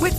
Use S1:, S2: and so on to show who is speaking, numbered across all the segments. S1: With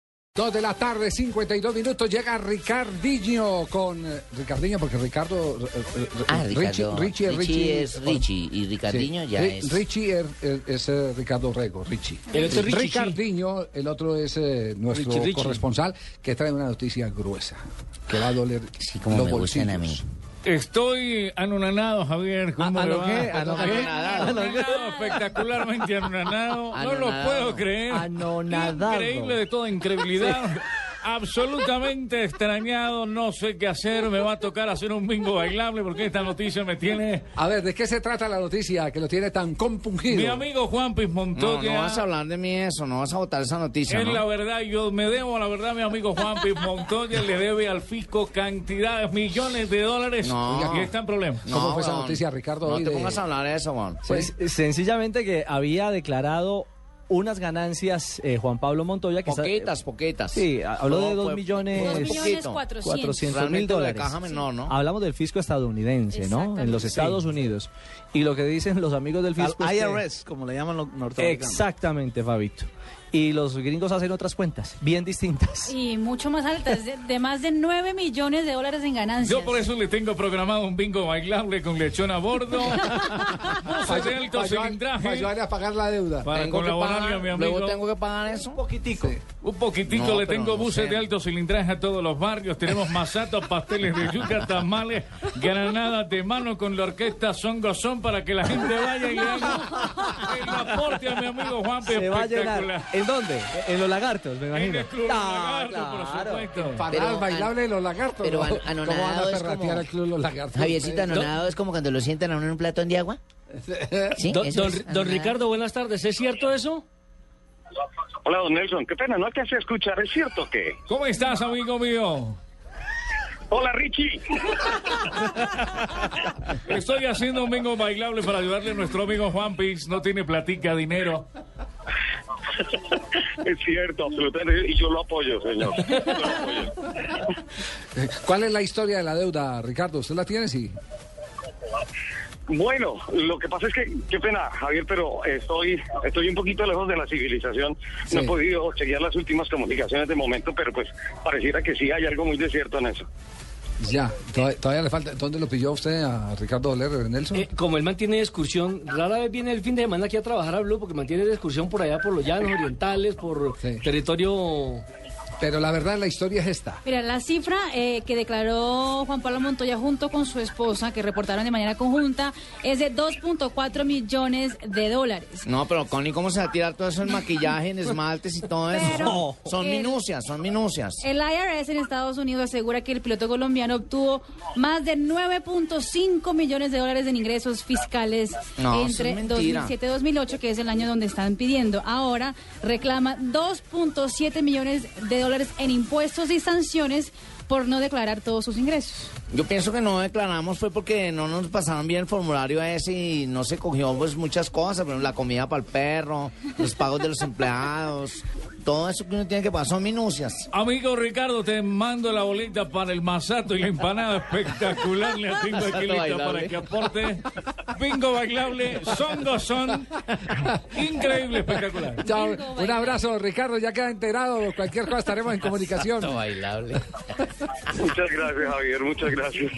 S2: Dos de la tarde, 52 minutos, llega Ricardinho con... eh, Ricardinho, porque Ricardo... eh, eh,
S3: Ah,
S2: eh,
S3: Ricardo.
S2: Richie, Richie,
S3: Richie es Richie y Ricardinho ya
S2: Ri-
S3: es-
S2: Richie er- er- es, eh, Ricardo Rego, Richie.
S4: El otro es Richie, sí.
S2: Ricardinho, el otro es eh, nuestro
S4: Richie, Richie.
S2: corresponsal, que trae una noticia gruesa, que va a doler
S3: Sí, como
S2: los
S3: me gustan a
S2: bolsillos.
S3: mí.
S4: Estoy anonanado, Javier.
S2: Ah,
S4: ¿Cómo
S2: ¿A- a
S4: le
S2: lo
S4: va?
S2: qué? ¿A lo qué?
S4: Anonanado, anonanado, espectacularmente anonanado. No lo
S3: Anonadado.
S4: puedo creer.
S2: Anonadado.
S4: Increíble de toda increíbilidad. Absolutamente extrañado, no sé qué hacer. Me va a tocar hacer un bingo bailable porque esta noticia me tiene.
S2: A ver, ¿de qué se trata la noticia que lo tiene tan compungido?
S4: Mi amigo Juan Piz
S3: No,
S4: Montoya.
S3: no vas a hablar de mí eso, no vas a votar esa noticia.
S4: Es
S3: ¿no?
S4: la verdad, yo me debo a la verdad, mi amigo Juan Piz Montoya le debe al fisco cantidades, millones de dólares
S3: No.
S4: y está en problemas.
S3: No,
S2: ¿Cómo fue esa
S3: weón.
S2: noticia, Ricardo,
S3: No
S2: hoy
S3: te
S2: de-
S3: pongas a hablar de eso, weón.
S5: Pues sencillamente que había declarado unas ganancias eh, Juan Pablo Montoya que está-
S3: Poquitas, poquitas.
S5: Sí, ha- habló de
S3: No,
S5: dos
S3: pues,
S5: millones-
S3: pues,
S5: Dos millones
S3: poquito.
S5: cuatrocientos mil
S3: Realmente lo de
S5: dólares.
S3: Caja Menor, ¿no?
S5: Hablamos del fisco estadounidense, ¿no? En los Estados Unidos. Y lo que dicen los amigos del fisco es que-
S6: como le llaman los
S5: Exactamente, Fabito. Y los gringos hacen otras cuentas, bien distintas.
S7: Y mucho más altas, de, de más de 9 millones de dólares en ganancias.
S4: Yo por eso le tengo programado un bingo bailable con lechón a bordo. Música de alto
S2: Falló-
S4: cilindraje
S2: falló en apagar la deuda.
S4: para
S3: Tengo que
S4: colaborar a
S3: pagar-
S4: mi
S3: Luego tengo
S4: amigo.
S3: que pagar eso.
S5: Poquitico.
S4: Un poquitico
S3: No,
S4: le
S3: pero
S4: tengo
S3: no
S4: buses
S3: sé.
S4: de alto cilindraje a todos los barrios. Tenemos masatos, pasteles de yuca, tamales, granadas de mano con la orquesta Son Gozón para que la gente vaya y le haga el aporte a mi amigo Juan
S5: Se va a llenar.
S4: Espectacular.
S5: ¿En dónde? En los lagartos, me
S4: En
S5: imagino.
S4: el Club
S5: Ah,
S4: Lagarto, por
S5: claro.
S4: supuesto.
S2: Para
S3: Pero
S2: el bailable de los lagartos.
S3: pero
S2: ¿no?
S3: an- anonadado
S2: ¿Cómo van a
S3: es
S2: ferretear
S3: como-
S2: al club los lagartos?
S3: Javiercita, anonado es como cuando lo sientan a uno en un platón de agua. ¿Sí?
S6: Don, don-
S3: eso es
S6: don
S3: anonadado.
S6: Ricardo, buenas tardes. ¿Es cierto eso?
S8: Hola, don Nelson. Qué pena, no alcancé a escuchar. ¿Es cierto que?
S4: ¿Cómo estás, amigo mío?
S8: Hola, Richie.
S4: Estoy haciendo un bingo bailable para ayudarle a nuestro amigo Juan Pix. No tiene platica, dinero.
S8: es cierto, absolutamente. Y yo lo apoyo, señor. Yo lo apoyo.
S2: ¿Cuál es la historia de la deuda, Ricardo? ¿Usted la tiene? Sí.
S8: Bueno, lo que pasa es que, qué pena, Javier, pero estoy, estoy un poquito lejos de la civilización.
S2: Sí.
S8: No he podido chequear las últimas comunicaciones de momento, pero pues pareciera que sí hay algo muy desierto en eso.
S2: Ya, todavía, todavía le falta. ¿Dónde lo pilló usted a Ricardo Doler, Nelson?
S6: Eh, como él mantiene excursión, rara vez viene el fin de semana aquí a trabajar a Blue porque mantiene de excursión por allá, por los llanos orientales, por
S2: Sí.
S6: territorio.
S2: Pero la verdad, la historia es esta.
S7: Mira, la cifra eh, que declaró Juan Pablo Montoya junto con su esposa, que reportaron de manera conjunta, es de 2.4 millones de dólares.
S3: No, pero Connie, ¿cómo se va a tirar todo eso en maquillaje, en esmaltes y todo eso?
S7: Pero-
S3: No. son
S7: el- eh,
S3: minucias, son minucias.
S7: El IRS en Estados Unidos asegura que el piloto colombiano obtuvo más de 9.5 millones de dólares en ingresos fiscales
S3: No, eso es
S7: entre
S3: mentira.
S7: 2007 y 2008, que es el año donde están pidiendo. Ahora reclama 2.7 millones de dólares en impuestos y sanciones por no declarar todos sus ingresos.
S3: Yo pienso que no declaramos fue porque no nos pasaron bien el formulario ese y no se cogió pues muchas cosas, pero la comida para el perro, los pagos de los empleados, todo eso que uno tiene que pagar son minucias.
S4: Amigo Ricardo, te mando la bolita para el masato y la empanada espectacular. Le tengo aquí lista
S3: bailable.
S4: para que aporte. Bingo bailable, son dos son. Increíble, espectacular.
S2: Chao,
S7: Bingo,
S2: un
S7: bailable.
S2: abrazo, Ricardo. Ya queda enterado. Cualquier cosa estaremos en comunicación.
S3: bailable.
S8: Muchas gracias, Javier. Muchas gracias.